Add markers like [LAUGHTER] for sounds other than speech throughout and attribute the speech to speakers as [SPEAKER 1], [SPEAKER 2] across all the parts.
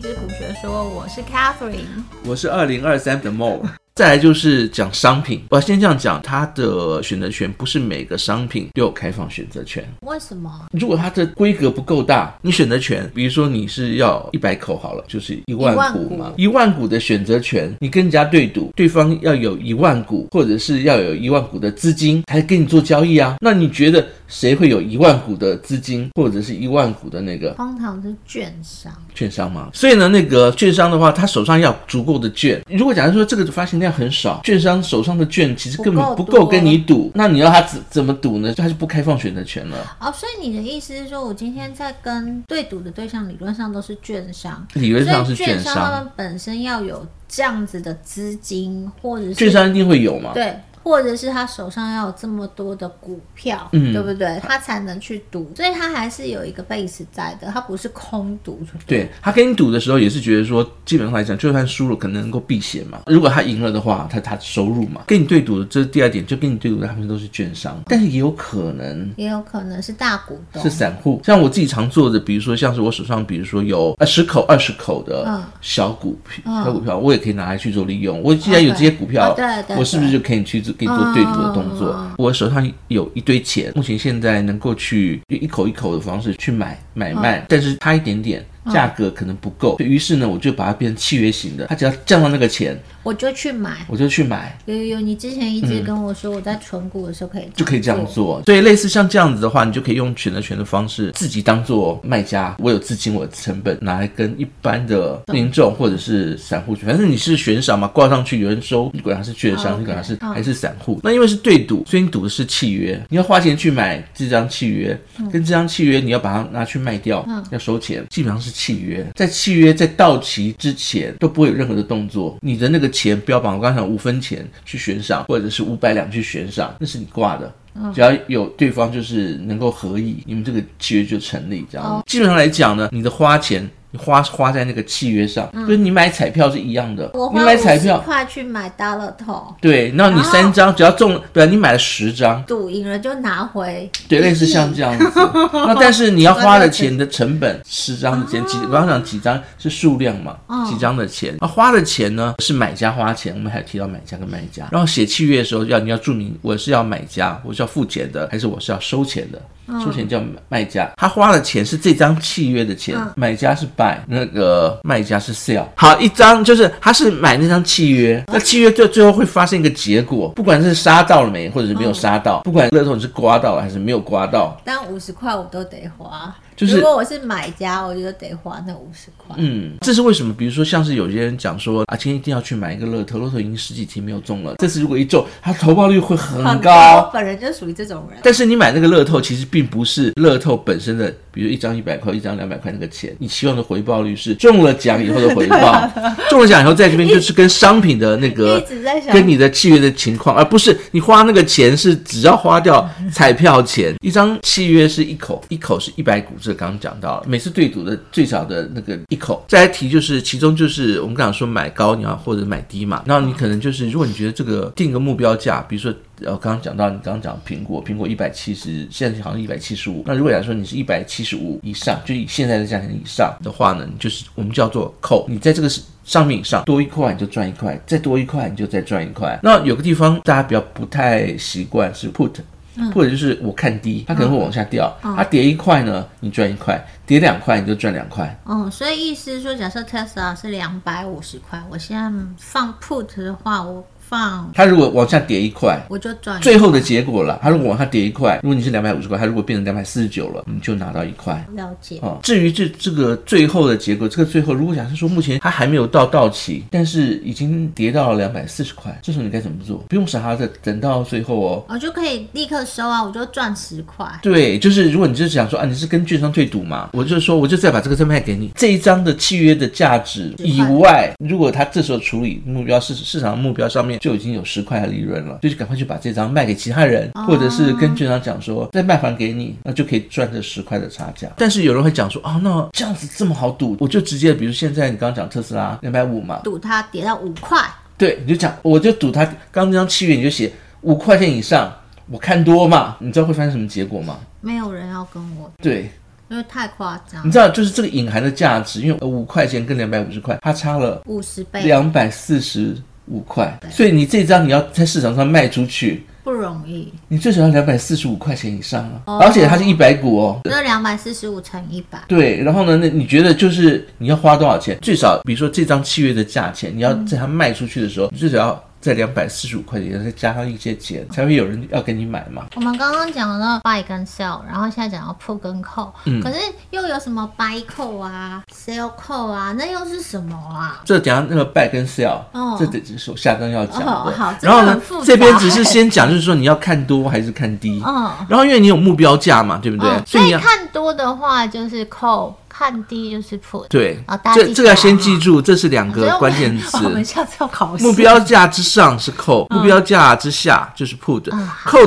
[SPEAKER 1] 之骨学说，我是 Catherine。
[SPEAKER 2] 我是二零二三的 Mo。再来就是讲商品，我先这样讲，它的选择权不是每个商品都有开放选择权。
[SPEAKER 1] 为什么？
[SPEAKER 2] 如果它的规格不够大，你选择权，比如说你是要一百口好了，就是一万股嘛，一万股的选择权，你跟人家对赌，对方要有一万股，或者是要有一万股的资金才跟你做交易啊。那你觉得谁会有一万股的资金，或者是一万股的那个
[SPEAKER 1] 通常是券商。
[SPEAKER 2] 券商嘛？所以呢，那个券商的话，他手上要有足够的券。如果假如说这个发行量很少，券商手上的券其实根本
[SPEAKER 1] 不
[SPEAKER 2] 不
[SPEAKER 1] 够
[SPEAKER 2] 够跟
[SPEAKER 1] 多
[SPEAKER 2] 你赌，那你要他怎怎么赌呢？他就不开放选择权了。
[SPEAKER 1] 哦，所以你的意思是说，我今天在跟对赌的对象理论上都是券商，
[SPEAKER 2] 理论上是
[SPEAKER 1] 所以券
[SPEAKER 2] 券
[SPEAKER 1] 他
[SPEAKER 2] 商，
[SPEAKER 1] 们本身要有这样子的资金，或者是
[SPEAKER 2] 券商一定会有嘛？
[SPEAKER 1] 对，或者是他手上要有这么多的股票，
[SPEAKER 2] 嗯
[SPEAKER 1] 对不对？他才能去赌，所以他还是有一个 base 在的，他不是空赌。
[SPEAKER 2] 对他跟你赌的时候，也是觉得说，基本上来讲，就算输了，可能能够避险嘛。如果他赢了的话，他他收入嘛。跟你对赌的这是第二点，就跟你对赌的他们都是券商，但是也有可能
[SPEAKER 1] 也有可能是大股东，
[SPEAKER 2] 是散户。像我自己常做的，比如说像是我手上，比如说有呃十口、二十口
[SPEAKER 1] 嗯
[SPEAKER 2] 的小股票，
[SPEAKER 1] 嗯
[SPEAKER 2] 小股票我也可以拿来去做利用。我既然有这些股票，
[SPEAKER 1] 哦对哦对对嗯
[SPEAKER 2] 我是不是就可以去做可以做对赌的动作？我手上有一堆钱，目前现在能够去一口一口的方式去买买
[SPEAKER 1] 嗯
[SPEAKER 2] 卖，但是差一点点。价格可能不够，于是呢，我就把它变成契约型的。它只要降到那个钱，
[SPEAKER 1] 我就去买。
[SPEAKER 2] 我就去买。
[SPEAKER 1] 有有有，你之前一直跟我说，我在存股的时候可以、
[SPEAKER 2] 嗯就可以这样。做。所以类似像这样子的话，你就可以用选择权的方式，自己当做卖家，我有资金，我有成本，拿来跟一般的民众或者是散户去，反正你是悬赏嘛，挂上去有人收，你管他是券
[SPEAKER 1] 哦
[SPEAKER 2] 商，你管他是
[SPEAKER 1] OK，哦
[SPEAKER 2] 还是散户。那因为是对赌，所以你赌的是契约，你要花钱去买这张契约，
[SPEAKER 1] 嗯
[SPEAKER 2] 跟这张契约你要把它拿去卖掉，要收钱，基本上是契约。在契约在到期之前都不会有任何的动作，你的那个钱标榜我刚才讲五分钱去悬赏，或者是五百两去悬赏，那是你挂的。
[SPEAKER 1] 嗯
[SPEAKER 2] 只要有对方就是能够合意，你们这个契约就成立，这样。
[SPEAKER 1] 哦
[SPEAKER 2] 基本上来讲呢，你的花钱。你花花在那个契约上，跟你买彩票是一样的。
[SPEAKER 1] 嗯我
[SPEAKER 2] 你
[SPEAKER 1] 花
[SPEAKER 2] 买
[SPEAKER 1] 五
[SPEAKER 2] 彩
[SPEAKER 1] 十
[SPEAKER 2] 票，
[SPEAKER 1] 块去买大乐透，
[SPEAKER 2] 对，那你
[SPEAKER 1] 然后
[SPEAKER 2] 三张只要中，对啊，你买了十张，
[SPEAKER 1] 赌赢了就拿回。
[SPEAKER 2] 对，类似像这样子。那但是你要 [LAUGHS] 花的钱啊
[SPEAKER 1] 花
[SPEAKER 2] 你的成本，十张的钱，几我刚讲几张是数量嘛，几张的钱。那花的钱呢是买家花钱，我们还提到买家跟卖家。然后写契约的时候要你要注明我是要买家，我是要付钱的，还是我是要收钱的？收钱叫卖家，他花的钱是这张契约的钱，买家是 buy，那个卖家是 sell。好，一张就是他是买那张契约，那契约最最后会发生一个结果，不管是杀到了没，或者是没有杀到，不管乐透你是刮到了还是没有刮到，
[SPEAKER 1] 但五十块我都得花，
[SPEAKER 2] 就是
[SPEAKER 1] 如果我是买家，我就得花那五十块。
[SPEAKER 2] 嗯，这是为什么？比如说，像是有些人讲说啊，今天一定要去买一个乐透，乐透已经十几题没有中了，这次如果一中，它投报率会很
[SPEAKER 1] 很
[SPEAKER 2] 高。
[SPEAKER 1] 本人就属于这种人。
[SPEAKER 2] 但是你买那个乐透，其实并不是乐透本身的，比如一张一百块，一张两百块那个钱，你期望的回报率是中了奖以后的回报。啊 [LAUGHS] 中了奖以后，在这边就是跟商品的那
[SPEAKER 1] [LAUGHS] 一
[SPEAKER 2] 个
[SPEAKER 1] 直在想，
[SPEAKER 2] 跟你的契约的情况，而不是你花那个钱是只要花掉彩票钱，一张契约是一口，一口是一百股，这个刚刚讲到了，每次对赌的最少的那个一口。再来提就是，其中就是我们刚讲说买高你要或者买低嘛，那你可能就是如果你觉得这个定个目标价，比如说。呃，刚刚讲到你刚刚讲苹果，苹果一百七十，现在好像一百七十五。那如果假如说你是一百七十五以上，就以现在的价钱以上的话呢，你就是我们叫做扣，你在这个是上面以上多一块你就赚一块，再多一块你就再赚一块。那有个地方大家比较不太习惯是 put。或者就是我看低，它可能会往下掉，它跌一块呢，你赚一块；跌两块你就赚两块。
[SPEAKER 1] 嗯，所以意思是说，假设 Tesla 是两百五十块，我现在放 put 的话，我放
[SPEAKER 2] 它如果往下跌一块，
[SPEAKER 1] 我就赚。
[SPEAKER 2] 最后的结果了，它如果往下跌一块，如果你是两百五十块，它如果变成两百四十九了，你就拿到一块。
[SPEAKER 1] 了解，
[SPEAKER 2] 哦，至于这这个最后的结果，这个最后如果假设说目前它还没有到到期，但是已经跌到了两百四十块，这时候你该怎么做？不用傻傻的等到最后哦。
[SPEAKER 1] 我就可以立刻收啊，我就赚十块。
[SPEAKER 2] 对，就是如果你就是想说啊，你是跟券商对赌嘛，我就说我就再把这个再卖给你，这一张的契约的价值以外，如果他这时候处理目标市市场的目标上面就已经有十块的利润了，就是赶快去把这张卖给其他人，或者是跟券商讲说再卖还给你，那就可以赚这十块的差价。但是有人会讲说啊，那这样子这么好赌，我就直接比如现在你刚刚讲特斯拉两百五嘛，
[SPEAKER 1] 赌它跌到五块，
[SPEAKER 2] 对，你就讲，我就赌他刚刚那张契约，你就写五块钱以上，我看多嘛，你知道会发生什么结果吗？
[SPEAKER 1] 没有人要跟我。
[SPEAKER 2] 对，
[SPEAKER 1] 因为太夸张
[SPEAKER 2] 你，知道，就是这个隐含的价值，因为呃五块钱跟两百五十块，它差了
[SPEAKER 1] 五十倍
[SPEAKER 2] 两百四十五块，所以你这张你要在市场上卖出去，
[SPEAKER 1] 不容易。
[SPEAKER 2] 你最少要两百四十五块钱以上啊，
[SPEAKER 1] 哦
[SPEAKER 2] 而且它是一百股哦。
[SPEAKER 1] 这两百四十五乘一百，
[SPEAKER 2] 对，然后呢？那你觉得就是你要花多少钱？最少，比如说这张契约的价钱，你要在它卖出去的时候，你最少要在两百四十五块钱，再加上一些钱，才会有人要给你买嘛。
[SPEAKER 1] 我们刚刚讲到 buy 跟 sell，然后现在讲到 put 跟 call，、可
[SPEAKER 2] 嗯
[SPEAKER 1] 是又有什么 buy call 啊，sell call 啊，那又是什么啊？
[SPEAKER 2] 这等一下那个 buy 跟 sell，、
[SPEAKER 1] 哦
[SPEAKER 2] 这得是我下章要讲的。
[SPEAKER 1] 哦好这
[SPEAKER 2] 然后
[SPEAKER 1] 个
[SPEAKER 2] 呢
[SPEAKER 1] 很复，杂
[SPEAKER 2] 这边只是先讲，就是说你要看多还是看低。
[SPEAKER 1] 嗯，
[SPEAKER 2] 然后因为你有目标价嘛，对不对？
[SPEAKER 1] 嗯所
[SPEAKER 2] 所以你
[SPEAKER 1] 以
[SPEAKER 2] 要
[SPEAKER 1] 看多的话就是 call，看低就是 put。
[SPEAKER 2] 对
[SPEAKER 1] 哦大，家
[SPEAKER 2] 这
[SPEAKER 1] 记
[SPEAKER 2] 这个要
[SPEAKER 1] 起来
[SPEAKER 2] 先
[SPEAKER 1] 啊
[SPEAKER 2] 记住，这是两
[SPEAKER 1] 我觉
[SPEAKER 2] 个
[SPEAKER 1] 得我
[SPEAKER 2] 关键
[SPEAKER 1] [LAUGHS] 我们嗯
[SPEAKER 2] 词。
[SPEAKER 1] 下次要考试。
[SPEAKER 2] [LAUGHS] 目标价之上是 call，目标价之下就是 put。call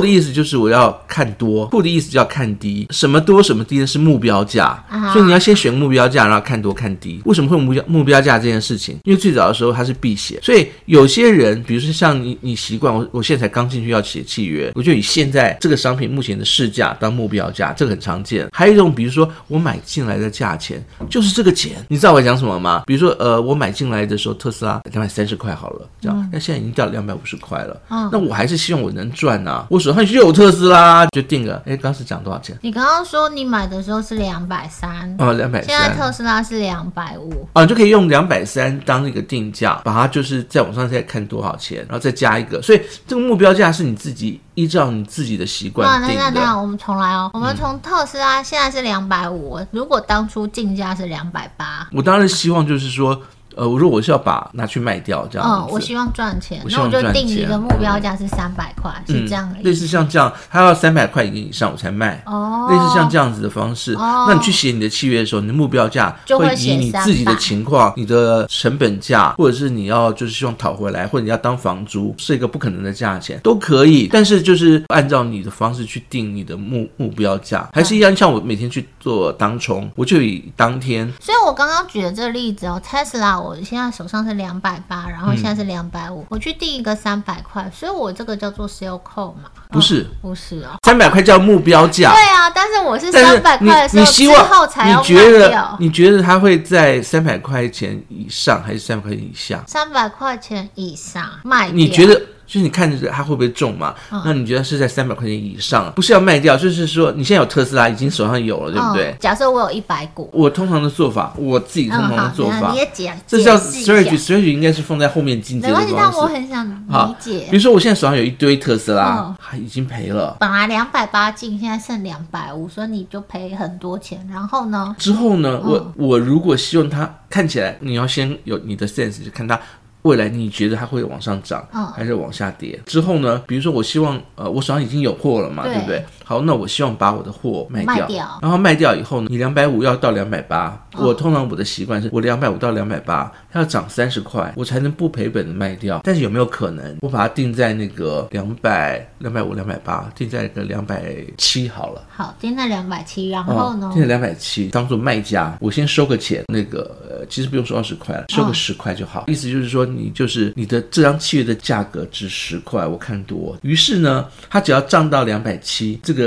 [SPEAKER 1] 嗯
[SPEAKER 2] 的意思就是我要看多，put 的意思就要看低。什么多什么低呢？是目标价，
[SPEAKER 1] 啊
[SPEAKER 2] 所以你要先选目标价，然后看多看低。为什么会有目标目标价这件事情？因为最早的时候它是必写，所以有些人，比如说像你，你习惯我，我现在才刚进去要写契约，我就以现在这个商品目前的市价当目标价，这个很常见。还有一种，比如说我买进来的价钱就是这个钱，你知道我讲什么吗？比如说呃，我买进来的时候特斯拉两百三十块好了，这样，那、现在已经到两百五十块了，
[SPEAKER 1] 嗯
[SPEAKER 2] 那我还是希望我能赚啊，我手上就有特斯拉，就定个，哎，当时讲多少钱？
[SPEAKER 1] 你刚刚说你买的时候是两百三，
[SPEAKER 2] 哦，两百
[SPEAKER 1] 现在
[SPEAKER 2] 三。
[SPEAKER 1] 特斯拉是两百五，
[SPEAKER 2] 啊，你就可以用两百三当一个定价，把它就是在网上再看多少钱，然后再加一个，所以这个目标价是你自己依照你自己的习
[SPEAKER 1] 哇，
[SPEAKER 2] 惯
[SPEAKER 1] 那
[SPEAKER 2] 定
[SPEAKER 1] 那那
[SPEAKER 2] 的。嗯
[SPEAKER 1] 我们重来哦，我们从特斯拉现在是两百五，如果当初进价是两百八，
[SPEAKER 2] 我当然希望就是说，呃，如果我是要把拿去卖掉这样
[SPEAKER 1] 嗯，
[SPEAKER 2] 子，
[SPEAKER 1] 我希望赚钱，
[SPEAKER 2] 我希
[SPEAKER 1] 那
[SPEAKER 2] 望
[SPEAKER 1] 我就
[SPEAKER 2] 赚
[SPEAKER 1] 定一
[SPEAKER 2] 钱
[SPEAKER 1] 个目标价是三百块，是这样的
[SPEAKER 2] 嗯、
[SPEAKER 1] 意
[SPEAKER 2] 类
[SPEAKER 1] 思。
[SPEAKER 2] 似像这样，它要三百块银以上我才卖。
[SPEAKER 1] 哦，
[SPEAKER 2] 类似像这样子的方式，
[SPEAKER 1] 哦
[SPEAKER 2] 那你去写你的契约的时候，你的目标价
[SPEAKER 1] 就会
[SPEAKER 2] 以
[SPEAKER 1] 写
[SPEAKER 2] 你自己的
[SPEAKER 1] 300
[SPEAKER 2] 情况、你的成本价，或者是你要就是希望讨回来，或者你要当房租，是一个不可能的价钱，都可以。但是就是按照你的方式去定你的目目标价，还是一样。像我每天去做当冲，我就以当天
[SPEAKER 1] 所以我刚刚举的这个例子哦，Tesla 我现在手上是两百八，然后现
[SPEAKER 2] 嗯
[SPEAKER 1] 在是两百五，我去定一个三百块，所以我这个叫做 sell call 嘛，
[SPEAKER 2] 不是
[SPEAKER 1] 嗯不是哦。
[SPEAKER 2] 三百块叫目标价
[SPEAKER 1] 对。啊，但是我是
[SPEAKER 2] 但是
[SPEAKER 1] 三百
[SPEAKER 2] 你
[SPEAKER 1] 块的时
[SPEAKER 2] 你
[SPEAKER 1] 候
[SPEAKER 2] 希
[SPEAKER 1] 之
[SPEAKER 2] 望
[SPEAKER 1] 后才要
[SPEAKER 2] 你觉
[SPEAKER 1] 卖
[SPEAKER 2] 得
[SPEAKER 1] 掉，
[SPEAKER 2] 你觉得它会在三百块钱以上还是三百块钱以下？
[SPEAKER 1] 三百块钱以上卖掉。
[SPEAKER 2] 你觉得就是你看着它会不会中嘛？
[SPEAKER 1] 嗯
[SPEAKER 2] 那你觉得是在三百块钱以上，不是要卖掉，就是说你现在有特斯拉，已经手上有了，对不对？
[SPEAKER 1] 嗯、假设我有一百股，
[SPEAKER 2] 我通常的做法，我自己通
[SPEAKER 1] 嗯，
[SPEAKER 2] 常
[SPEAKER 1] 好
[SPEAKER 2] 的，做
[SPEAKER 1] 那
[SPEAKER 2] 法
[SPEAKER 1] 你，也解，
[SPEAKER 2] 这叫
[SPEAKER 1] 解释一下
[SPEAKER 2] surge，surge 应该是放在后面进阶
[SPEAKER 1] 没
[SPEAKER 2] 的
[SPEAKER 1] 关系，但我
[SPEAKER 2] 方式。
[SPEAKER 1] 很想理
[SPEAKER 2] 好，比
[SPEAKER 1] 解。
[SPEAKER 2] 如说我现在手上有一堆特斯拉
[SPEAKER 1] 嗯，
[SPEAKER 2] 它已经赔了。
[SPEAKER 1] 本来两百八进，现在剩两百五，所以你就赔很多钱。然后呢，
[SPEAKER 2] 之后呢，我
[SPEAKER 1] 嗯
[SPEAKER 2] 我如果希望它看起来，你要先有你的 sense，就看它未来你觉得它会往上涨
[SPEAKER 1] 嗯
[SPEAKER 2] 还是往下跌。之后呢，比如说我希望呃我手上已经有货了嘛，
[SPEAKER 1] 对
[SPEAKER 2] 对不对？好，那我希望把我的货卖
[SPEAKER 1] 卖
[SPEAKER 2] 掉，
[SPEAKER 1] 掉哦
[SPEAKER 2] 然后卖掉以后呢，你两百五要到两百八，我通常我的习惯是我两百五到两百八，它要涨三十块，我才能不赔本的卖掉。但是有没有可能我把它定在那个两百两百五两百八，定在个两百七好了？
[SPEAKER 1] 好，定在两百七，然后
[SPEAKER 2] 哦
[SPEAKER 1] 呢，
[SPEAKER 2] 现在两百七，当做卖家，我先收个钱，那个呃，其实不用收二十块了，收个
[SPEAKER 1] 嗯
[SPEAKER 2] 十块就好。意思就是说，你就是你的这张契约的价格值十块，我看多。于是呢，它只要涨到两百七，这个。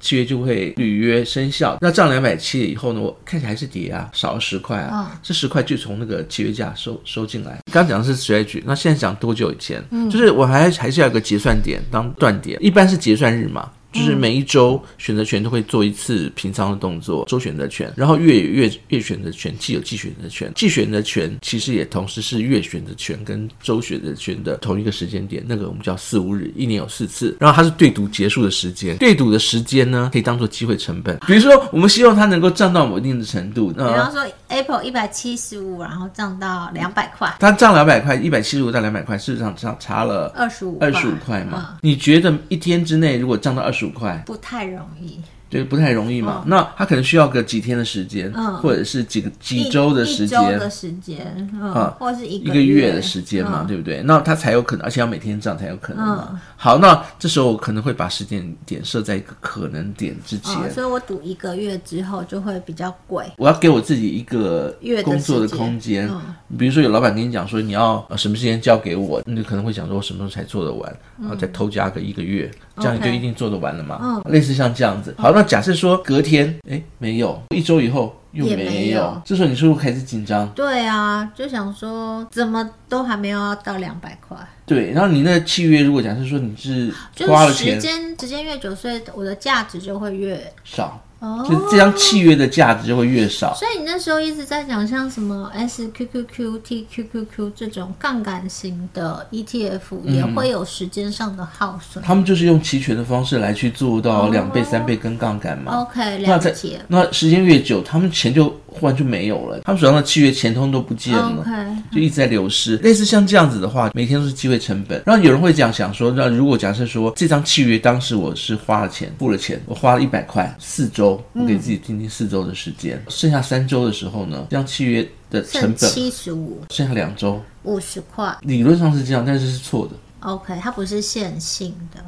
[SPEAKER 2] 契约就会履约生效。那涨两百七以后呢？我看起来还是跌啊，少了十块啊。
[SPEAKER 1] 嗯
[SPEAKER 2] 这十块就从那个契约价收收进来。刚讲的是 stretch，那现在讲多久以前？
[SPEAKER 1] 嗯
[SPEAKER 2] 就是我还还是要有个结算点当断点，一般是结算日嘛。
[SPEAKER 1] 嗯
[SPEAKER 2] 就是每一周选择权都会做一次平仓的动作，周选择权，然后月有月月选择权，季有季选择权，季选择权其实也同时是月选择权跟周选择权的同一个时间点，那个我们叫四五日，一年有四次，然后它是对赌结束的时间，对赌的时间呢可以当做机会成本，比如说我们希望它能够涨到某一定的程度，那、
[SPEAKER 1] 比方说 Apple 一百七十五，然后涨到两百块，
[SPEAKER 2] 它涨两百块，一百七十五到两百块，事实上差差了
[SPEAKER 1] 二十五，
[SPEAKER 2] 二十五块嘛，
[SPEAKER 1] 嗯
[SPEAKER 2] 你觉得一天之内如果涨到二十五块？
[SPEAKER 1] 不太容易，
[SPEAKER 2] 对，不太容易嘛。那他可能需要个几天的时间，
[SPEAKER 1] 嗯
[SPEAKER 2] 或者是几个几
[SPEAKER 1] 一
[SPEAKER 2] 周的时
[SPEAKER 1] 一周
[SPEAKER 2] 间，
[SPEAKER 1] 的时间，嗯，
[SPEAKER 2] 啊
[SPEAKER 1] 或是一
[SPEAKER 2] 一
[SPEAKER 1] 个
[SPEAKER 2] 个
[SPEAKER 1] 月
[SPEAKER 2] 月的时间嘛，
[SPEAKER 1] 嗯
[SPEAKER 2] 对不对？那他才有可能，而且要每天涨才有可能嘛。
[SPEAKER 1] 嗯
[SPEAKER 2] 好，那这时候我可能会把时间点设在一个可能点之前。
[SPEAKER 1] 哦，所以我赌一个月之后就会比较贵，
[SPEAKER 2] 我要给我自己一个
[SPEAKER 1] 月的
[SPEAKER 2] 工作的
[SPEAKER 1] 时间嗯
[SPEAKER 2] 空间，比如说有老板跟你讲说你要呃什么时间交给我，你可能会想说我什么时候才做得完，然后再偷加个一个月，这样你就
[SPEAKER 1] 嗯 OK
[SPEAKER 2] 一定做得完了嘛。
[SPEAKER 1] 嗯
[SPEAKER 2] 类似像这样子。好，那假设说隔天，哎，没有，一周以后又
[SPEAKER 1] 也
[SPEAKER 2] 没
[SPEAKER 1] 没有
[SPEAKER 2] 这时候你是不是开始紧张？
[SPEAKER 1] 对啊，就想说怎么都还没有要到两百块，
[SPEAKER 2] 对，然后你那个契约，如果假设说你是花
[SPEAKER 1] 就
[SPEAKER 2] 了
[SPEAKER 1] 是时
[SPEAKER 2] 钱
[SPEAKER 1] 间时间越久，所以我的价值就会越
[SPEAKER 2] 少，
[SPEAKER 1] 哦。
[SPEAKER 2] 就这张契约的价值就会越少。
[SPEAKER 1] 所以你那时候一直在讲像什么 S Q Q Q T Q Q Q 这种杠杆型的 E T F
[SPEAKER 2] 嗯
[SPEAKER 1] 也会有时间上的耗损。
[SPEAKER 2] 他们就是用期权的方式来去做到两倍、三倍跟杠杆嘛。
[SPEAKER 1] OK，
[SPEAKER 2] 那
[SPEAKER 1] 了
[SPEAKER 2] 在
[SPEAKER 1] 解。
[SPEAKER 2] 那时间越久，他们钱就忽然就没有了，他们手上的契约钱通都不见了。
[SPEAKER 1] OK，
[SPEAKER 2] 就一直在流失。类似像这样子的话，每天都是机会成本。然后有人会这样想说，那如果假设说这张契约当时我是花了钱付了钱，我花了一百块，四周，我给自己定定四周的时间，剩下三周的时候呢，这张契约的成
[SPEAKER 1] 剩
[SPEAKER 2] 本
[SPEAKER 1] 七十五
[SPEAKER 2] 剩下两周，
[SPEAKER 1] 五十块。
[SPEAKER 2] 理论上是这样，但是是错的，
[SPEAKER 1] OK，它不是线性的，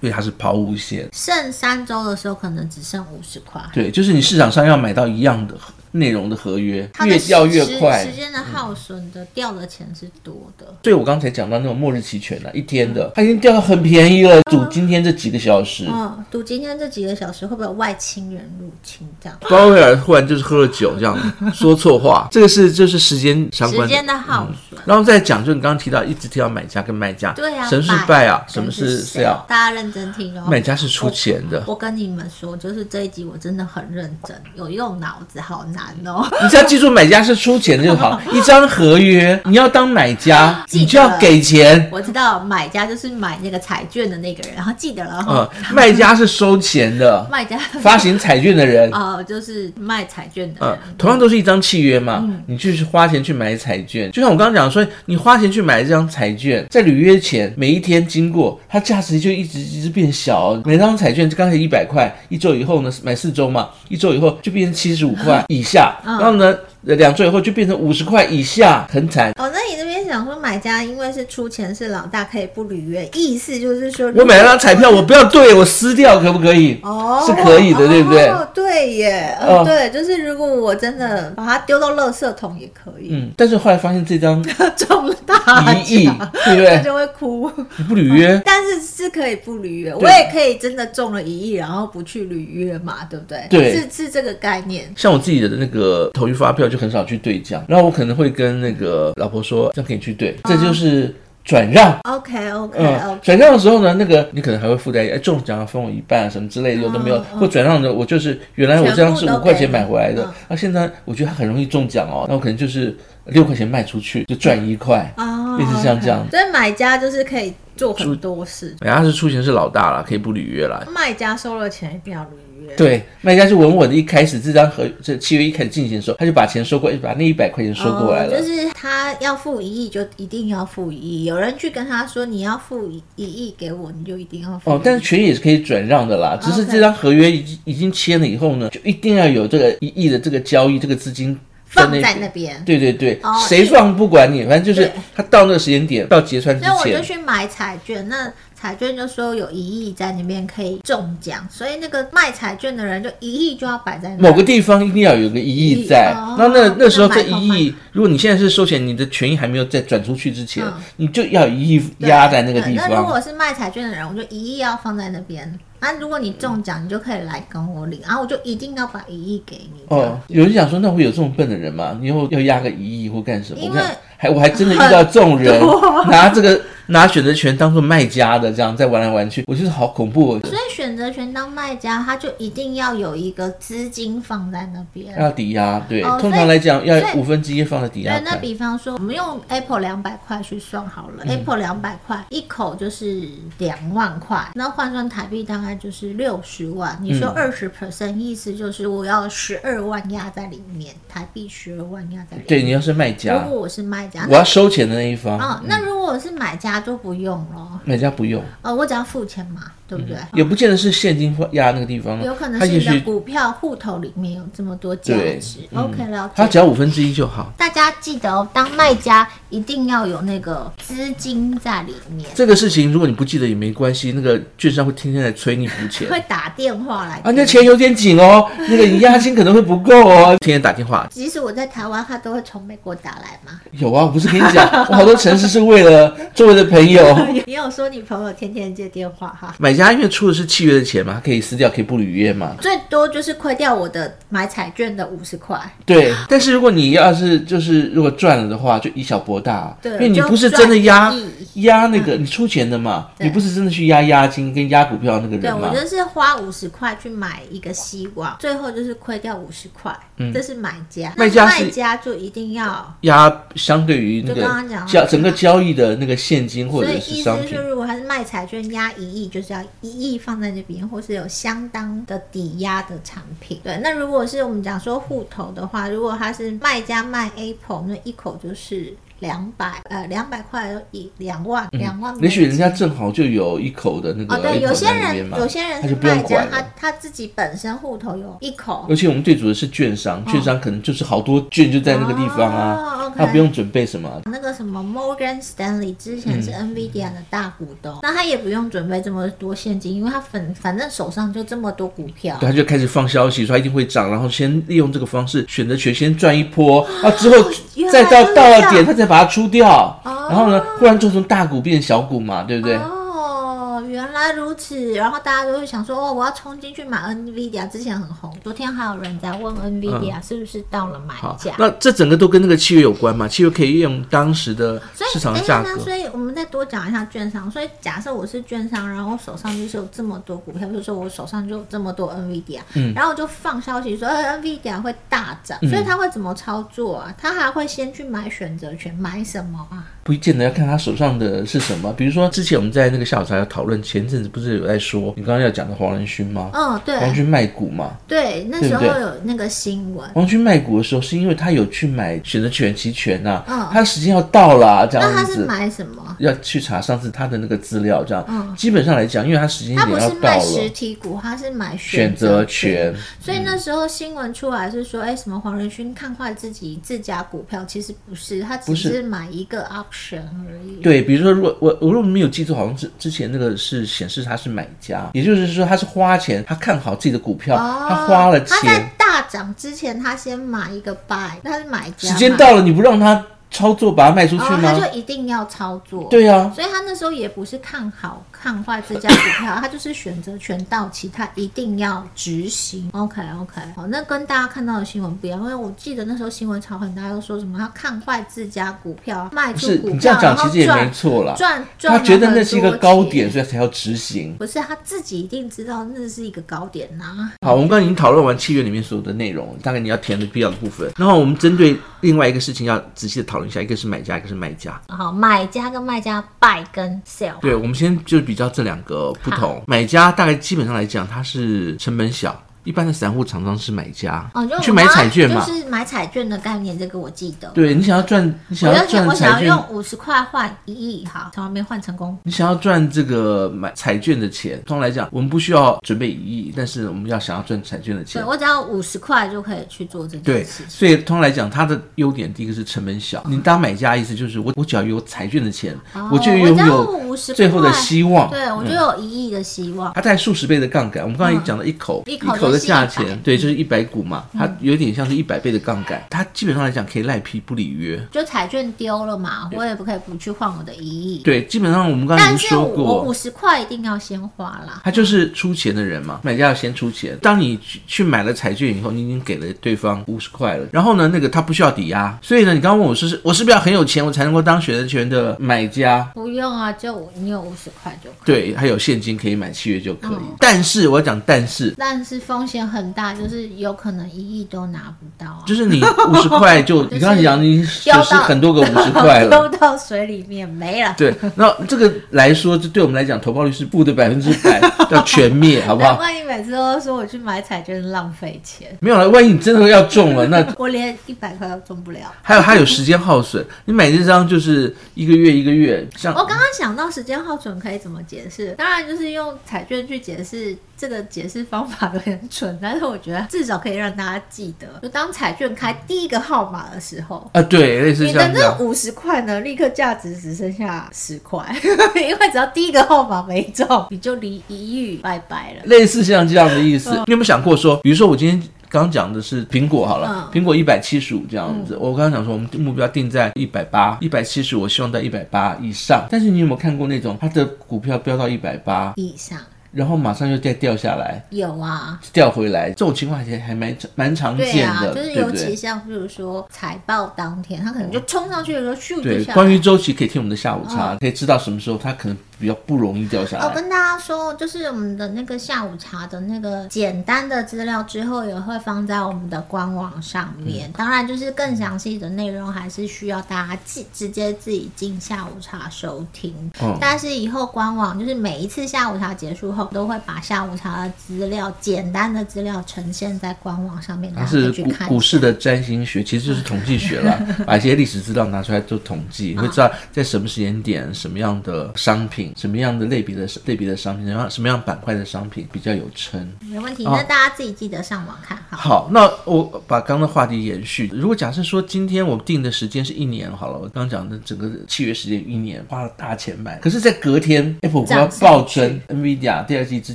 [SPEAKER 2] 因为它是抛物线。
[SPEAKER 1] 剩三周的时候可能只剩五十块。
[SPEAKER 2] 对，就是你市场上要买到一样的内容的合约
[SPEAKER 1] 它，的
[SPEAKER 2] 越
[SPEAKER 1] 时
[SPEAKER 2] 掉越
[SPEAKER 1] 时
[SPEAKER 2] 快嗯
[SPEAKER 1] 时。间的耗损的掉的钱是多的。
[SPEAKER 2] 对我刚才讲到那种末日期权啊，一天的，它已经掉到很便宜了，赌今天这几个小时。
[SPEAKER 1] 嗯，赌今天这几个小时会不会有外侵人入侵这样？
[SPEAKER 2] 鲍威尔忽然就是喝了酒这样子说错话， [LAUGHS] 这个是就是时间相
[SPEAKER 1] 时
[SPEAKER 2] 关的嗯
[SPEAKER 1] 间。的耗损。
[SPEAKER 2] 然后再讲，就你刚刚提到，一直提到买家跟卖家，
[SPEAKER 1] 对啊，
[SPEAKER 2] 什么是
[SPEAKER 1] buy，
[SPEAKER 2] buy 啊，什么是 sell，
[SPEAKER 1] 大家认真听哦。
[SPEAKER 2] 卖家是出钱的。
[SPEAKER 1] 我跟你们说，就是这一集我真的很认真，有用脑子，好难哦。 [LAUGHS]
[SPEAKER 2] 你只要记住买家是出钱就好。一张合约，你要当买家，
[SPEAKER 1] 记得
[SPEAKER 2] 你就要给
[SPEAKER 1] [LAUGHS]
[SPEAKER 2] 钱。
[SPEAKER 1] 我知道买家就是买那个彩券的那个人，然后记得了哈、
[SPEAKER 2] 嗯，卖家是收
[SPEAKER 1] [LAUGHS]
[SPEAKER 2] 钱的，
[SPEAKER 1] 卖家
[SPEAKER 2] 发行彩券的人。
[SPEAKER 1] 哦，就是卖彩券的
[SPEAKER 2] 嗯
[SPEAKER 1] 人，，
[SPEAKER 2] 同样都是一张契约嘛，你就是花钱去买彩券，就像我刚刚讲说，你花钱去买这张彩券，在履约前每一天经过，它价值就一直一直变小。每张彩券刚才一百块，一周以后呢买四周嘛，一周以后就变成七十五块以下，然后呢呃两周以后就变成五十块以下，很惨。
[SPEAKER 1] 哦，那你那边想说买家因为是出钱是老大，可以不履约，意思就是说
[SPEAKER 2] 我买了张彩票，我不要对我撕掉，可不可以？
[SPEAKER 1] 哦
[SPEAKER 2] 是可以的对不对
[SPEAKER 1] 哦，对耶，
[SPEAKER 2] 哦
[SPEAKER 1] 哦，对，就是如果我真的把它丢到垃圾桶也可 [LAUGHS] 以，
[SPEAKER 2] 嗯，但是后来发现这张
[SPEAKER 1] 中大
[SPEAKER 2] 一亿，
[SPEAKER 1] 奖，
[SPEAKER 2] 对不
[SPEAKER 1] 他
[SPEAKER 2] 对？
[SPEAKER 1] 就会哭。
[SPEAKER 2] 你不履约，
[SPEAKER 1] 但是是可以不履约，我
[SPEAKER 2] 对
[SPEAKER 1] 也可以真的中了一亿，然后不去履约嘛，对不对？
[SPEAKER 2] 对
[SPEAKER 1] 是是这个概念。
[SPEAKER 2] 像我自己的那个头绪发票就很少去兑奖，然后我可能会跟那个老婆说，这样可以去兑，这就是转让。
[SPEAKER 1] OK OK
[SPEAKER 2] 嗯
[SPEAKER 1] OK，，
[SPEAKER 2] 转让的时候呢，那个你可能还会附带，哎，中奖分我一半啊什么之类的，有的没有。或转让的，我就是原来我这张是
[SPEAKER 1] 全部
[SPEAKER 2] 五
[SPEAKER 1] 都
[SPEAKER 2] 块钱买回来
[SPEAKER 1] 给
[SPEAKER 2] 的
[SPEAKER 1] 你，
[SPEAKER 2] 那现在我觉得它很容易中奖哦，那我可能就是六块钱卖出去就赚一块。
[SPEAKER 1] 啊
[SPEAKER 2] 类似像这样
[SPEAKER 1] 所以买家就是可以做很多事，
[SPEAKER 2] 买家是哎出钱是老大啦，可以不履约啦。
[SPEAKER 1] 卖家收了钱一定要履约。
[SPEAKER 2] 对，卖家是稳稳的，一开始这张合这契约一开始进行的时候，他就把钱收过，哎把那一百块钱收过来了。
[SPEAKER 1] 哦就是他要付一亿，就一定要付一亿。有人去跟他说你要付一亿给我，你就一定要付。
[SPEAKER 2] 哦，但是权益也是可以转让的啦，只是
[SPEAKER 1] 哦 OK
[SPEAKER 2] 这张合约已经已经签了以后呢，就一定要有这个一亿的这个交易，这个资金
[SPEAKER 1] 放
[SPEAKER 2] 边
[SPEAKER 1] 在那边。
[SPEAKER 2] 对对对，
[SPEAKER 1] 哦
[SPEAKER 2] 谁放不管你，反正就是
[SPEAKER 1] 对
[SPEAKER 2] 他到那个时间点，到结算之
[SPEAKER 1] 所以我就
[SPEAKER 2] 前，
[SPEAKER 1] 去买彩券，那彩券就说有一亿在里面可以中奖，所以那个卖彩券的人就一亿就要摆在那
[SPEAKER 2] 某个地方一定要有个一亿在。
[SPEAKER 1] 哦
[SPEAKER 2] 那那那时候
[SPEAKER 1] 那
[SPEAKER 2] 这
[SPEAKER 1] 买方
[SPEAKER 2] 一亿，如果你现在是收钱，你的权益还没有再转出去之前
[SPEAKER 1] 嗯，
[SPEAKER 2] 你就要有一亿
[SPEAKER 1] 对
[SPEAKER 2] 压在那个
[SPEAKER 1] 对
[SPEAKER 2] 地
[SPEAKER 1] 那如
[SPEAKER 2] 方。
[SPEAKER 1] 果是卖彩券的人，我就一亿要放在那边。那如果你中奖，你就可以来跟我领，然、后我就一定要把一亿给你。
[SPEAKER 2] 哦，有人想说，那会有这么笨的人吗？你以后要压个一亿或干什么？
[SPEAKER 1] 因
[SPEAKER 2] 我
[SPEAKER 1] 为
[SPEAKER 2] 看还我还真的遇到这种人， [LAUGHS] 拿这个拿选择权当做卖家的，这样在玩来玩去，我觉得好恐怖、哦。
[SPEAKER 1] 所以选择权当卖家，他就一定要有一个资金放在那边。
[SPEAKER 2] 要抵押，对，
[SPEAKER 1] 哦所
[SPEAKER 2] 通常
[SPEAKER 1] 以
[SPEAKER 2] 来讲要
[SPEAKER 1] 所以
[SPEAKER 2] 五分之一放在抵押
[SPEAKER 1] 对，那
[SPEAKER 2] 款。
[SPEAKER 1] 比方说，我们用 Apple 两百块去算好了、a
[SPEAKER 2] 嗯
[SPEAKER 1] p p l e 两百块一口就是两万块，那换算台币大概就是六十万。你
[SPEAKER 2] 嗯
[SPEAKER 1] 说二十 percent，意思就是我要十二万压在里面，台币十二万压在里面。
[SPEAKER 2] 对，你要是卖家
[SPEAKER 1] 如，果我是卖家，
[SPEAKER 2] 我要收钱的那一方，
[SPEAKER 1] 哦，那如果我是买家就不用了，
[SPEAKER 2] 买家不用，
[SPEAKER 1] 呃，我只要付钱嘛，对不对？
[SPEAKER 2] 也不见得是现金放压那个地方，
[SPEAKER 1] 有可能
[SPEAKER 2] 嗯他
[SPEAKER 1] 是
[SPEAKER 2] 也
[SPEAKER 1] 你的
[SPEAKER 2] 许
[SPEAKER 1] 股票户头里面有这么多价
[SPEAKER 2] 对嗯
[SPEAKER 1] 值。OK，了解。
[SPEAKER 2] 他只要五分之一就好。
[SPEAKER 1] 大家记得哦，当卖家一定要有那个资金在里面，
[SPEAKER 2] 这个事情如果你不记得也没关系，那个券商会天天来催你补
[SPEAKER 1] [LAUGHS]
[SPEAKER 2] 钱。
[SPEAKER 1] 会打电话来
[SPEAKER 2] 啊，那钱有点紧哦，那个你押金可能会不够哦。天天打电话，
[SPEAKER 1] 即使我在台湾，他都会从美国打来嘛。
[SPEAKER 2] 有啊，我不是跟你讲，我好多城市是为了周围的朋友。
[SPEAKER 1] [LAUGHS] 你有说你朋友天天接电话哈？
[SPEAKER 2] 买家因为出的是契约的钱嘛，他可以撕掉，可以不履约嘛。
[SPEAKER 1] 最多就是亏掉我的买彩券的五十块，
[SPEAKER 2] 对，但是如果你要是就是如果赚了的话，就以小博大，
[SPEAKER 1] 对
[SPEAKER 2] 因为你
[SPEAKER 1] 就
[SPEAKER 2] 不是真的压
[SPEAKER 1] 赚
[SPEAKER 2] 压那个你出钱的嘛，
[SPEAKER 1] 对
[SPEAKER 2] 你不是真的去压押金跟压股票那个
[SPEAKER 1] 对
[SPEAKER 2] 人
[SPEAKER 1] 我
[SPEAKER 2] 嘛。
[SPEAKER 1] 就是花五十块去买一个西瓜，最后就是亏掉五十块，这是买家。
[SPEAKER 2] 嗯卖家
[SPEAKER 1] 那
[SPEAKER 2] 是
[SPEAKER 1] 卖家就一定要，
[SPEAKER 2] 压相对于那
[SPEAKER 1] 就刚刚
[SPEAKER 2] 个
[SPEAKER 1] 讲的
[SPEAKER 2] 交整个交易的那个现金或
[SPEAKER 1] 所
[SPEAKER 2] 者
[SPEAKER 1] 以
[SPEAKER 2] 是
[SPEAKER 1] 意
[SPEAKER 2] 商
[SPEAKER 1] 思
[SPEAKER 2] 品
[SPEAKER 1] 是，，如果他是卖彩券压一亿，就是要一亿放在那边，或是有相当的抵押的产品。对，那如果是我们讲说户头的话，如果他是卖家卖 Apple，那一口就是两百，呃，两百块就一两万，两万美
[SPEAKER 2] 嗯也
[SPEAKER 1] 金。
[SPEAKER 2] 许人家正好就有一口的那个
[SPEAKER 1] 嗯哦，对，
[SPEAKER 2] 一口
[SPEAKER 1] 有些
[SPEAKER 2] 在那边
[SPEAKER 1] 人
[SPEAKER 2] 嘛，
[SPEAKER 1] 有些人
[SPEAKER 2] 他
[SPEAKER 1] 是
[SPEAKER 2] 就不用
[SPEAKER 1] 卖家
[SPEAKER 2] 管，
[SPEAKER 1] 他
[SPEAKER 2] 了。嗯
[SPEAKER 1] 他自己本身户头有一口
[SPEAKER 2] 而且我们对主的是券商，券商可能就是好多券就在那个地方
[SPEAKER 1] 哦
[SPEAKER 2] 啊，
[SPEAKER 1] ，OK
[SPEAKER 2] 他不用准备什么。
[SPEAKER 1] 那个什么 Morgan Stanley 之前是
[SPEAKER 2] 嗯
[SPEAKER 1] NVIDIA 的大股东，那他也不用准备这么多现金，因为他反反正手上就这么多股票
[SPEAKER 2] 对，。他就开始放消息说它一定会涨，然后先利用这个方式选择权先赚一波，啊之后
[SPEAKER 1] 哦原来
[SPEAKER 2] 再到
[SPEAKER 1] 就是
[SPEAKER 2] 到
[SPEAKER 1] 这
[SPEAKER 2] 了
[SPEAKER 1] 样
[SPEAKER 2] 点他再把它出掉，然后呢，忽然就从大股变成小股嘛，对不对？
[SPEAKER 1] 哦，原来如此。然后大家都会想说，哦，我要冲进去买 NVIDIA，之前很红。昨天还有人在问 NVIDIA 是不是到了买
[SPEAKER 2] 嗯好
[SPEAKER 1] 价，。
[SPEAKER 2] 那这整个都跟那个契约有关嘛？契约可以用当时的
[SPEAKER 1] 所以，
[SPEAKER 2] 市场的
[SPEAKER 1] 等一下
[SPEAKER 2] 价
[SPEAKER 1] 那
[SPEAKER 2] 格。
[SPEAKER 1] 所以我们再多讲一下券商。所以，假设我是券商，然后我手上就是有这么多股票，比如说我手上就有这么多 NVIDIA，、然
[SPEAKER 2] 嗯
[SPEAKER 1] 后我就放消息说、呃、NVIDIA 会大涨，所以他会怎么操作啊？他还会先去买选择权，买什么啊？
[SPEAKER 2] 不见得要看他手上的是什么。比如说，之前我们在那个下午茶要讨论，前阵子不是有在说你刚刚要讲的黄仁勋吗？
[SPEAKER 1] 嗯，对
[SPEAKER 2] 黄仁勋卖股嘛，
[SPEAKER 1] 对，那
[SPEAKER 2] 对
[SPEAKER 1] 时
[SPEAKER 2] 不
[SPEAKER 1] 候
[SPEAKER 2] 对
[SPEAKER 1] 有那个新闻。
[SPEAKER 2] 黄仁勋卖股的时候，是因为他有去买选择权期权呐、
[SPEAKER 1] 嗯
[SPEAKER 2] 他时间要到啦，这
[SPEAKER 1] 那
[SPEAKER 2] 样
[SPEAKER 1] 他
[SPEAKER 2] 子
[SPEAKER 1] 是。买什么？
[SPEAKER 2] 要去查上次他的那个资料，这样、基本上来讲，因为他时
[SPEAKER 1] 嗯
[SPEAKER 2] 间
[SPEAKER 1] 他
[SPEAKER 2] 点
[SPEAKER 1] 不
[SPEAKER 2] 要
[SPEAKER 1] 是
[SPEAKER 2] 到
[SPEAKER 1] 卖实
[SPEAKER 2] 了，
[SPEAKER 1] 体股，他是买
[SPEAKER 2] 选择
[SPEAKER 1] 择
[SPEAKER 2] 权嗯
[SPEAKER 1] 所以那时候新闻出来是说，哎、什么黄仁勋看坏自己自家股票，其实不是，他只
[SPEAKER 2] 不
[SPEAKER 1] 是买一个 option 而已。
[SPEAKER 2] 对，比如说，如果我我如果没有记错，好像之之前那个是显示他是买家，也就是说他是花钱，他看好自己的股票，
[SPEAKER 1] 哦，
[SPEAKER 2] 啊他花了
[SPEAKER 1] 他在
[SPEAKER 2] 钱，
[SPEAKER 1] 大涨之前，他先买一个 buy，他是买家嘛，
[SPEAKER 2] 时间到了，你不让他操作把它卖出去
[SPEAKER 1] 哦，
[SPEAKER 2] 吗？
[SPEAKER 1] 他就一定要操作。。
[SPEAKER 2] 对啊，
[SPEAKER 1] 所以他那时候也不是看好看坏这家股票，他就是选择权到期，他一定要执行。OK OK，好，那跟大家看到的新闻不一样，因为我记得那时候新闻炒很大，又说什么他看坏自家股票，卖
[SPEAKER 2] 不
[SPEAKER 1] 出
[SPEAKER 2] 是
[SPEAKER 1] 股票，
[SPEAKER 2] 你这样讲
[SPEAKER 1] 然后
[SPEAKER 2] 其实也
[SPEAKER 1] 赚
[SPEAKER 2] 没错啦，
[SPEAKER 1] 赚赚
[SPEAKER 2] 他
[SPEAKER 1] 了
[SPEAKER 2] 觉得那是一个
[SPEAKER 1] 很多
[SPEAKER 2] 高
[SPEAKER 1] 钱
[SPEAKER 2] 点，，所以他才要执行。
[SPEAKER 1] 不是他自己一定知道那是一个高点啊呐、
[SPEAKER 2] 好，我们刚刚已经讨论完契约里面所有的内容，大概你要填的必要的部分。然后我们针对另外一个事情要仔细的讨论一下，一个是买家，一个是卖家。
[SPEAKER 1] 好，买家跟卖家 buy 跟 sell，
[SPEAKER 2] 对，我们先就比较这两个不同。买家大概基本上来讲，它是成本小，一般的散户常常是买家，
[SPEAKER 1] 哦，就我
[SPEAKER 2] 去买
[SPEAKER 1] 妈
[SPEAKER 2] 彩券嘛。
[SPEAKER 1] 就是买彩券的概念，这个我记得。
[SPEAKER 2] 对你想要赚，你
[SPEAKER 1] 我
[SPEAKER 2] 想要
[SPEAKER 1] 要
[SPEAKER 2] 赚
[SPEAKER 1] 我
[SPEAKER 2] 彩
[SPEAKER 1] 想
[SPEAKER 2] 券
[SPEAKER 1] 要，用五十块换一亿，好，从来没换成功。
[SPEAKER 2] 你想要赚这个买彩券的钱。通常来讲，我们不需要准备一亿，但是我们要想要赚彩券的钱
[SPEAKER 1] 对，我只要五十块就可以去做这
[SPEAKER 2] 对
[SPEAKER 1] 件事，情。
[SPEAKER 2] 所以通常来讲，它的优点第一个是成本小。你当买家意思就是我我只要有彩券的钱，
[SPEAKER 1] 哦
[SPEAKER 2] 我就
[SPEAKER 1] 我
[SPEAKER 2] 拥
[SPEAKER 1] 只要
[SPEAKER 2] 有
[SPEAKER 1] 50
[SPEAKER 2] 最后的
[SPEAKER 1] 块
[SPEAKER 2] 希望。
[SPEAKER 1] 对，我就有一亿的希望。
[SPEAKER 2] 它带数十倍的杠杆，我们刚才也讲了一口、
[SPEAKER 1] 嗯一嗯口
[SPEAKER 2] 口的
[SPEAKER 1] 就是
[SPEAKER 2] 价
[SPEAKER 1] 100
[SPEAKER 2] 钱，对，就是一百股嘛，它有点像是一百倍的杠杆，它基本上来讲可以赖皮不履约。
[SPEAKER 1] 就彩券丢了嘛，我也不可以不去换我的一亿。
[SPEAKER 2] 对，基本上我们刚才已
[SPEAKER 1] 但
[SPEAKER 2] 经
[SPEAKER 1] 是
[SPEAKER 2] 说
[SPEAKER 1] 我
[SPEAKER 2] 过
[SPEAKER 1] 五，十块一定要先花啦。
[SPEAKER 2] 他就是出钱的人嘛，买家要先出钱。当你去去买了彩券以后，你已经给了对方五十块了，然后呢，那个他不需要抵押，所以呢，你刚刚问我是我是不是要很有钱，我才能够当选择权的买家？
[SPEAKER 1] 不用啊，就我你有五十块就可以。
[SPEAKER 2] 对，还有现金可以买契约就可以。
[SPEAKER 1] 嗯
[SPEAKER 2] 但是我要讲，但是
[SPEAKER 1] 但是风险很大，就是有可能一亿都拿不到啊，
[SPEAKER 2] 就是你五十块
[SPEAKER 1] [LAUGHS]
[SPEAKER 2] 就，你刚刚讲你损
[SPEAKER 1] 丢
[SPEAKER 2] 失
[SPEAKER 1] 到
[SPEAKER 2] 很多个五十块
[SPEAKER 1] [LAUGHS] 丢
[SPEAKER 2] 了。
[SPEAKER 1] 到水里面没了。
[SPEAKER 2] 对，那这个来说，这对我们来讲，投报率是负的百分之
[SPEAKER 1] [LAUGHS]
[SPEAKER 2] 百，要全灭，好不
[SPEAKER 1] 难
[SPEAKER 2] 好？
[SPEAKER 1] 怪你每次都说我去买彩券浪费钱，
[SPEAKER 2] 没有了，万一你真的要中了，那
[SPEAKER 1] 我连一百块都中不了。
[SPEAKER 2] 还有还有时间耗损，你买这张就是一个月一个月，
[SPEAKER 1] [LAUGHS]
[SPEAKER 2] 像
[SPEAKER 1] 我刚刚想到时间耗损可以怎么解释？当然就是用彩券去解释，这个解释方法有点蠢， [LAUGHS] 但是我觉得至少可以让大家记得，就当彩券开第一个号码的时候。
[SPEAKER 2] 啊，对，类似
[SPEAKER 1] 你
[SPEAKER 2] 像这
[SPEAKER 1] 的
[SPEAKER 2] 样
[SPEAKER 1] 那五十块呢，立刻价值只剩下十块， [LAUGHS] 因为只要第一个号码没中，你就离一亿拜拜了。
[SPEAKER 2] 类似像这样的意思。
[SPEAKER 1] 嗯
[SPEAKER 2] 你有没有想过说，比如说我今天刚讲的是苹果
[SPEAKER 1] 嗯
[SPEAKER 2] 好了，苹果一百七十五这样子，我刚刚讲说我们目标定在一百八，一百七十，我希望到一百八以上。但是你有没有看过那种它的股票飙到一百八，
[SPEAKER 1] 以上
[SPEAKER 2] 然后马上又再掉下来？
[SPEAKER 1] 有啊，
[SPEAKER 2] 掉回来这种情况还还蛮蛮常
[SPEAKER 1] 对
[SPEAKER 2] 见
[SPEAKER 1] 啊，
[SPEAKER 2] 的，
[SPEAKER 1] 就是
[SPEAKER 2] 对不
[SPEAKER 1] 尤其
[SPEAKER 2] 对？
[SPEAKER 1] 像比如说财报当天，他可能就冲上去的时候咻就
[SPEAKER 2] 对，
[SPEAKER 1] 下来。嗯
[SPEAKER 2] 关于周期可以听我们的下午茶，可以知道什么时候它可能比较不容易掉下
[SPEAKER 1] 哦，
[SPEAKER 2] 来。
[SPEAKER 1] 跟大家说，就是我们的那个下午茶的那个简单的资料之后也会放在我们的官网上
[SPEAKER 2] 嗯
[SPEAKER 1] 面。当然，就是更详细的内容还是需要大家自直接自己进下午茶收听。
[SPEAKER 2] 嗯
[SPEAKER 1] 但是以后官网就是每一次下午茶结束后，都会把下午茶的资料、简单的资料呈现在官网上面，大
[SPEAKER 2] 它
[SPEAKER 1] 家可
[SPEAKER 2] 是
[SPEAKER 1] 以去
[SPEAKER 2] 股
[SPEAKER 1] 看一下。
[SPEAKER 2] 股市的占星学，其实就是统计学
[SPEAKER 1] [LAUGHS]
[SPEAKER 2] 了，把一些历史资料拿出来做统计，
[SPEAKER 1] 啊
[SPEAKER 2] 你会知道在什么时间点、什么样的商品、什么样的类别的类别的商品、什么样什么样板块的商品比较有撑。
[SPEAKER 1] 没问题，
[SPEAKER 2] 哦
[SPEAKER 1] 那大家自己记得上网看好。
[SPEAKER 2] 好，那我把刚刚的话题延续。如果假设说今天我们定的时间是一年好了，我刚刚讲的整个契约时间一年，花了大钱买，可是，在隔天 Apple 股要
[SPEAKER 1] 涨上去
[SPEAKER 2] 暴增，NVIDIA 第二季之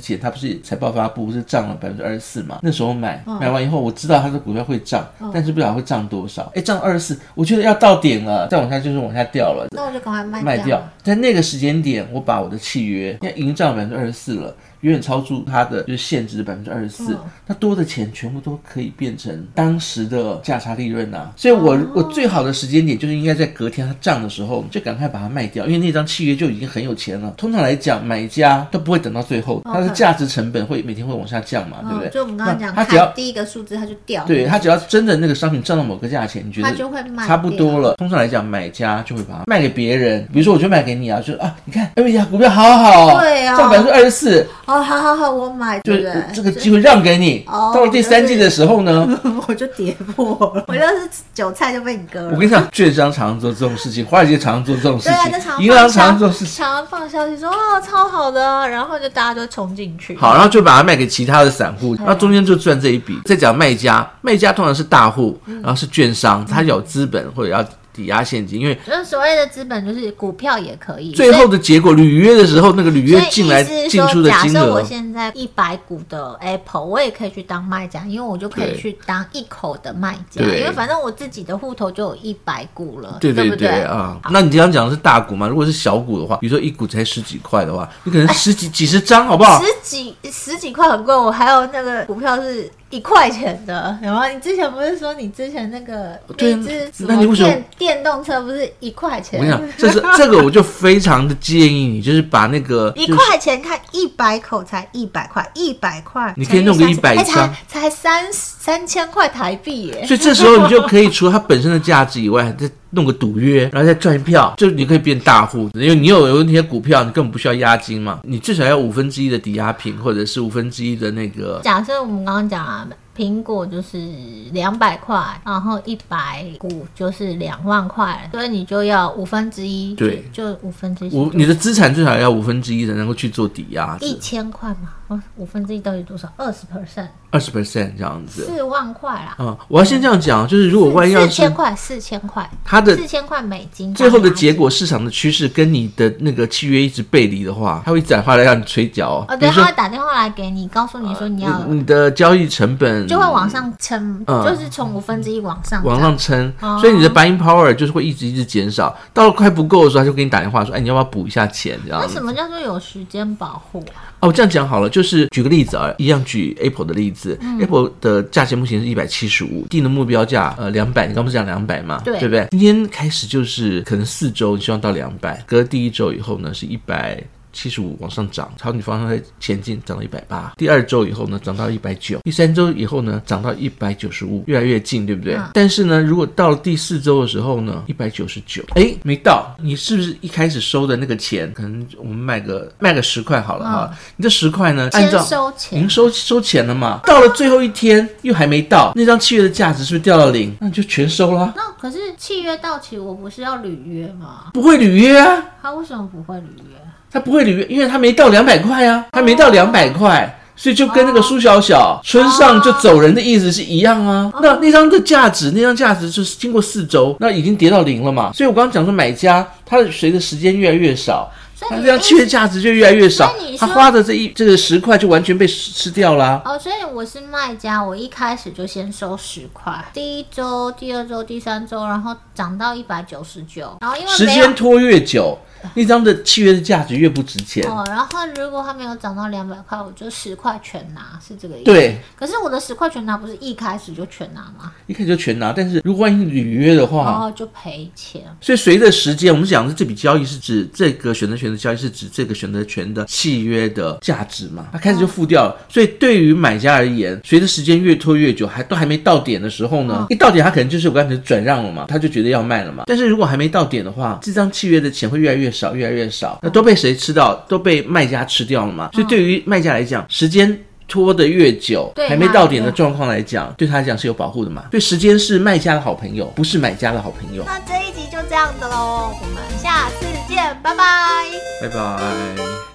[SPEAKER 2] 前它不是财报发布是涨了百分之二十四嘛？那时候买，
[SPEAKER 1] 嗯
[SPEAKER 2] 买完以后我知道它的股票会涨，但是不知道会涨多少。哎，涨二十四，我觉得要到点了，再往下就是往下掉了。
[SPEAKER 1] 那我就赶快卖
[SPEAKER 2] 卖
[SPEAKER 1] 掉
[SPEAKER 2] 掉。在那个时间点，我把我的契约要营账百分之二十四了，远远超出它的就是限值百分之二十四
[SPEAKER 1] 嗯，
[SPEAKER 2] 那多的钱全部都可以变成当时的价差利润啊。所以我、
[SPEAKER 1] 哦
[SPEAKER 2] 我最好的时间点就是应该在隔天它涨的时候就赶快把它卖掉，因为那张契约就已经很有钱了。通常来讲，买家都不会等到最后，它的价值成本会每天会往下降嘛，对不
[SPEAKER 1] 嗯，
[SPEAKER 2] 对？
[SPEAKER 1] 哦就我们刚刚
[SPEAKER 2] 那
[SPEAKER 1] 讲，
[SPEAKER 2] 它只要
[SPEAKER 1] 看第一个数字它就掉了。
[SPEAKER 2] 对他只要真的那个商品涨到某个价钱，你觉得
[SPEAKER 1] 嗯他就会卖
[SPEAKER 2] 差不多了。通常来讲，买家就会把它卖给别人。比如说，我就卖给你啊，就啊，你看，哎呀，股票好好，
[SPEAKER 1] 对啊
[SPEAKER 2] 涨百分之二十四，
[SPEAKER 1] 哦，好好好，我买，
[SPEAKER 2] 就
[SPEAKER 1] 对不对？
[SPEAKER 2] 呃这个机会让给你。
[SPEAKER 1] 哦
[SPEAKER 2] 到了第三季的时候呢， [LAUGHS]
[SPEAKER 1] 我就跌破了， [LAUGHS] 我要是韭菜就被你割
[SPEAKER 2] 我
[SPEAKER 1] 了
[SPEAKER 2] 跟。你讲，券商常常做这种事情，华尔街常常做这种事
[SPEAKER 1] 对啊，就
[SPEAKER 2] 情，
[SPEAKER 1] 常
[SPEAKER 2] 银行
[SPEAKER 1] 放
[SPEAKER 2] 常常做
[SPEAKER 1] 消，
[SPEAKER 2] 事情。
[SPEAKER 1] 常放消息说哦超好的，然后就大家就冲进去。
[SPEAKER 2] 好，然后就把它卖给其他的散
[SPEAKER 1] 嗯
[SPEAKER 2] 户，那中间就赚这一笔。再讲卖家，卖家通常是大户，
[SPEAKER 1] 嗯
[SPEAKER 2] 然后是券商，他有资本或者要抵押现金，因为
[SPEAKER 1] 就是所谓的资本，就是股票也可以。
[SPEAKER 2] 最后的结果，履约的时候，那个履
[SPEAKER 1] 所以
[SPEAKER 2] 约
[SPEAKER 1] 所以
[SPEAKER 2] 进来
[SPEAKER 1] 意思是
[SPEAKER 2] 进
[SPEAKER 1] 说
[SPEAKER 2] 出的金
[SPEAKER 1] 假设我
[SPEAKER 2] 额，
[SPEAKER 1] 现在一百股的 Apple，我也可以去当卖家，因为我就可以
[SPEAKER 2] 对
[SPEAKER 1] 去当一口的卖家，
[SPEAKER 2] 对
[SPEAKER 1] 因为反正我自己的户头就有一百股了，
[SPEAKER 2] 对
[SPEAKER 1] 不
[SPEAKER 2] 对啊。那你这样讲的是大股嘛？如果是小股的话，比如说一股才十几块的话，你可能十几几十张，好不好？
[SPEAKER 1] 哎十几十几块很贵，我还有那个股票是一块钱的。然后你之前不是说你之前那个
[SPEAKER 2] 对
[SPEAKER 1] 那只什
[SPEAKER 2] 那你
[SPEAKER 1] 么
[SPEAKER 2] 为什么
[SPEAKER 1] 电电动车不是一块
[SPEAKER 2] 我
[SPEAKER 1] 钱
[SPEAKER 2] 跟你？讲，这是这个我就非常的建议你，就是把那个
[SPEAKER 1] 一
[SPEAKER 2] 就是
[SPEAKER 1] 块钱看一百口才一百块，一百块，
[SPEAKER 2] 你可以弄个
[SPEAKER 1] 乘以
[SPEAKER 2] 100
[SPEAKER 1] 30哎才
[SPEAKER 2] 张
[SPEAKER 1] 才三三千块台币耶。
[SPEAKER 2] 所以这时候你就可以除了它本身的价值以外，再弄个赌约，然后再赚票，就你可以变大户，因为你有有那些股票，你根本不需要押金嘛，你至少要五分之一的抵押品，或者是五分之一的那个
[SPEAKER 1] 假设我们刚刚讲啊，苹果就是两百块，然后一百股就是两万块，所以你就要五分之一，
[SPEAKER 2] 对
[SPEAKER 1] 就就五分之一是
[SPEAKER 2] 五，
[SPEAKER 1] 多
[SPEAKER 2] 你的资产最少要五分之一的能够去做抵押，
[SPEAKER 1] 一千块嘛，哦，五分之一到底多少？二十 percent，
[SPEAKER 2] 二十 percent 这样子。
[SPEAKER 1] 四万块啦。
[SPEAKER 2] 啊、我要先这样讲，就是如果万一要
[SPEAKER 1] 四
[SPEAKER 2] 是
[SPEAKER 1] 千块，四千块，
[SPEAKER 2] 它的
[SPEAKER 1] 四千块美金。
[SPEAKER 2] 最后的结果，市场的趋势跟你的那个契约一直背离的话，它会转化来让你吹脚哦。
[SPEAKER 1] 哦，
[SPEAKER 2] 比
[SPEAKER 1] 对，
[SPEAKER 2] 如说啊
[SPEAKER 1] 他会打电话来给你，告诉你说你要，
[SPEAKER 2] 你你的交易成本
[SPEAKER 1] 就会往上撑，
[SPEAKER 2] 嗯
[SPEAKER 1] 就是从五分之一往上涨。
[SPEAKER 2] 往上撑
[SPEAKER 1] 哦，
[SPEAKER 2] 所以你的 buying power 就是会一直一直减少，到了快不够的时候，他就给你打电话说，哎，你要不要补一下钱这样
[SPEAKER 1] 那
[SPEAKER 2] 子
[SPEAKER 1] 什？么叫做有时间保护啊？
[SPEAKER 2] 哦，这样讲好了，就是举个例子啊，一样举 Apple 的例子、a
[SPEAKER 1] 嗯
[SPEAKER 2] p p l e 的价钱目前是一百七十五，定的目标价呃两百，你刚不是讲两百嘛，
[SPEAKER 1] 对
[SPEAKER 2] 不对？今天开始就是可能四周，你希望到两百，隔第一周以后呢是一百。七十五往上涨，朝你方向在前进，涨到一百八。第二周以后呢，涨到一百九。第三周以后呢，涨到一百九十五，越来越近，对不
[SPEAKER 1] 嗯
[SPEAKER 2] 对？但是呢，如果到了第四周的时候呢，一百九十九，哎，没到。你是不是一开始收的那个钱，可能我们卖个卖个十块好了哈、你这十块呢，
[SPEAKER 1] 嗯
[SPEAKER 2] 按
[SPEAKER 1] 先
[SPEAKER 2] 照
[SPEAKER 1] 收
[SPEAKER 2] 您
[SPEAKER 1] 钱，
[SPEAKER 2] 收收钱了嘛？到了最后一天又还没到，那张契约的价值是不是掉到零？那你就全收啦，
[SPEAKER 1] 那可是契约到期，我不是要履约吗？
[SPEAKER 2] 不会履约啊。
[SPEAKER 1] 他为什么不会履约？
[SPEAKER 2] 他不会履约，因为他没到两百块啊，他没到两百块。所以就跟那个苏小小村上就走人的意思是一样啊。
[SPEAKER 1] 哦
[SPEAKER 2] 那那张的价值，那张价值就是经过四周，那已经跌到零了嘛。所以我刚刚讲说，买家他随着时间越来越少，
[SPEAKER 1] 所以
[SPEAKER 2] 他
[SPEAKER 1] 你
[SPEAKER 2] 这
[SPEAKER 1] 的
[SPEAKER 2] 样
[SPEAKER 1] 意
[SPEAKER 2] 契约
[SPEAKER 1] 思
[SPEAKER 2] 价值就越来越少
[SPEAKER 1] 那你，
[SPEAKER 2] 他
[SPEAKER 1] 说
[SPEAKER 2] 花的这一这个十块就完全被吃吃掉啦、
[SPEAKER 1] 哦，所以我是卖家，我一开始就先收十块，第一周、第二周、第三周，然后涨到一百九十九，然后因为
[SPEAKER 2] 时
[SPEAKER 1] 没有
[SPEAKER 2] 间拖越久，那张的契约的价值越不值钱。
[SPEAKER 1] 哦，然后如果它没有涨到两百块，我就十块全拿，是这个意思。。
[SPEAKER 2] 对，
[SPEAKER 1] 可是我的十块全拿不是一开始就全拿吗？
[SPEAKER 2] 一开始就全拿，但是如果万一履约的话，
[SPEAKER 1] 然后就赔钱。
[SPEAKER 2] 所以随着时间，我们讲的这笔交易是指这个选择权的交易是指这个选择权的契约的价值嘛？它开始就付掉了。所以对于买家而言，随着时间越拖越久，还都还没到点的时候呢，一到点他可能就是我刚才转让了嘛，他就觉得要卖了嘛。但是如果还没到点的话，这张契约的钱会越来越少，越来越少，那都被谁吃到？都被卖家吃掉了嘛。所以对于卖家来讲，时间。拖得越久，
[SPEAKER 1] 对
[SPEAKER 2] 还没
[SPEAKER 1] 他
[SPEAKER 2] 到点的
[SPEAKER 1] 对
[SPEAKER 2] 状况来讲，对他来讲是有保护的嘛？对，时间是卖家的好朋友，不是买家的好朋友。
[SPEAKER 1] 那这一集就这样子喽，我们下次见，拜拜。
[SPEAKER 2] 拜拜。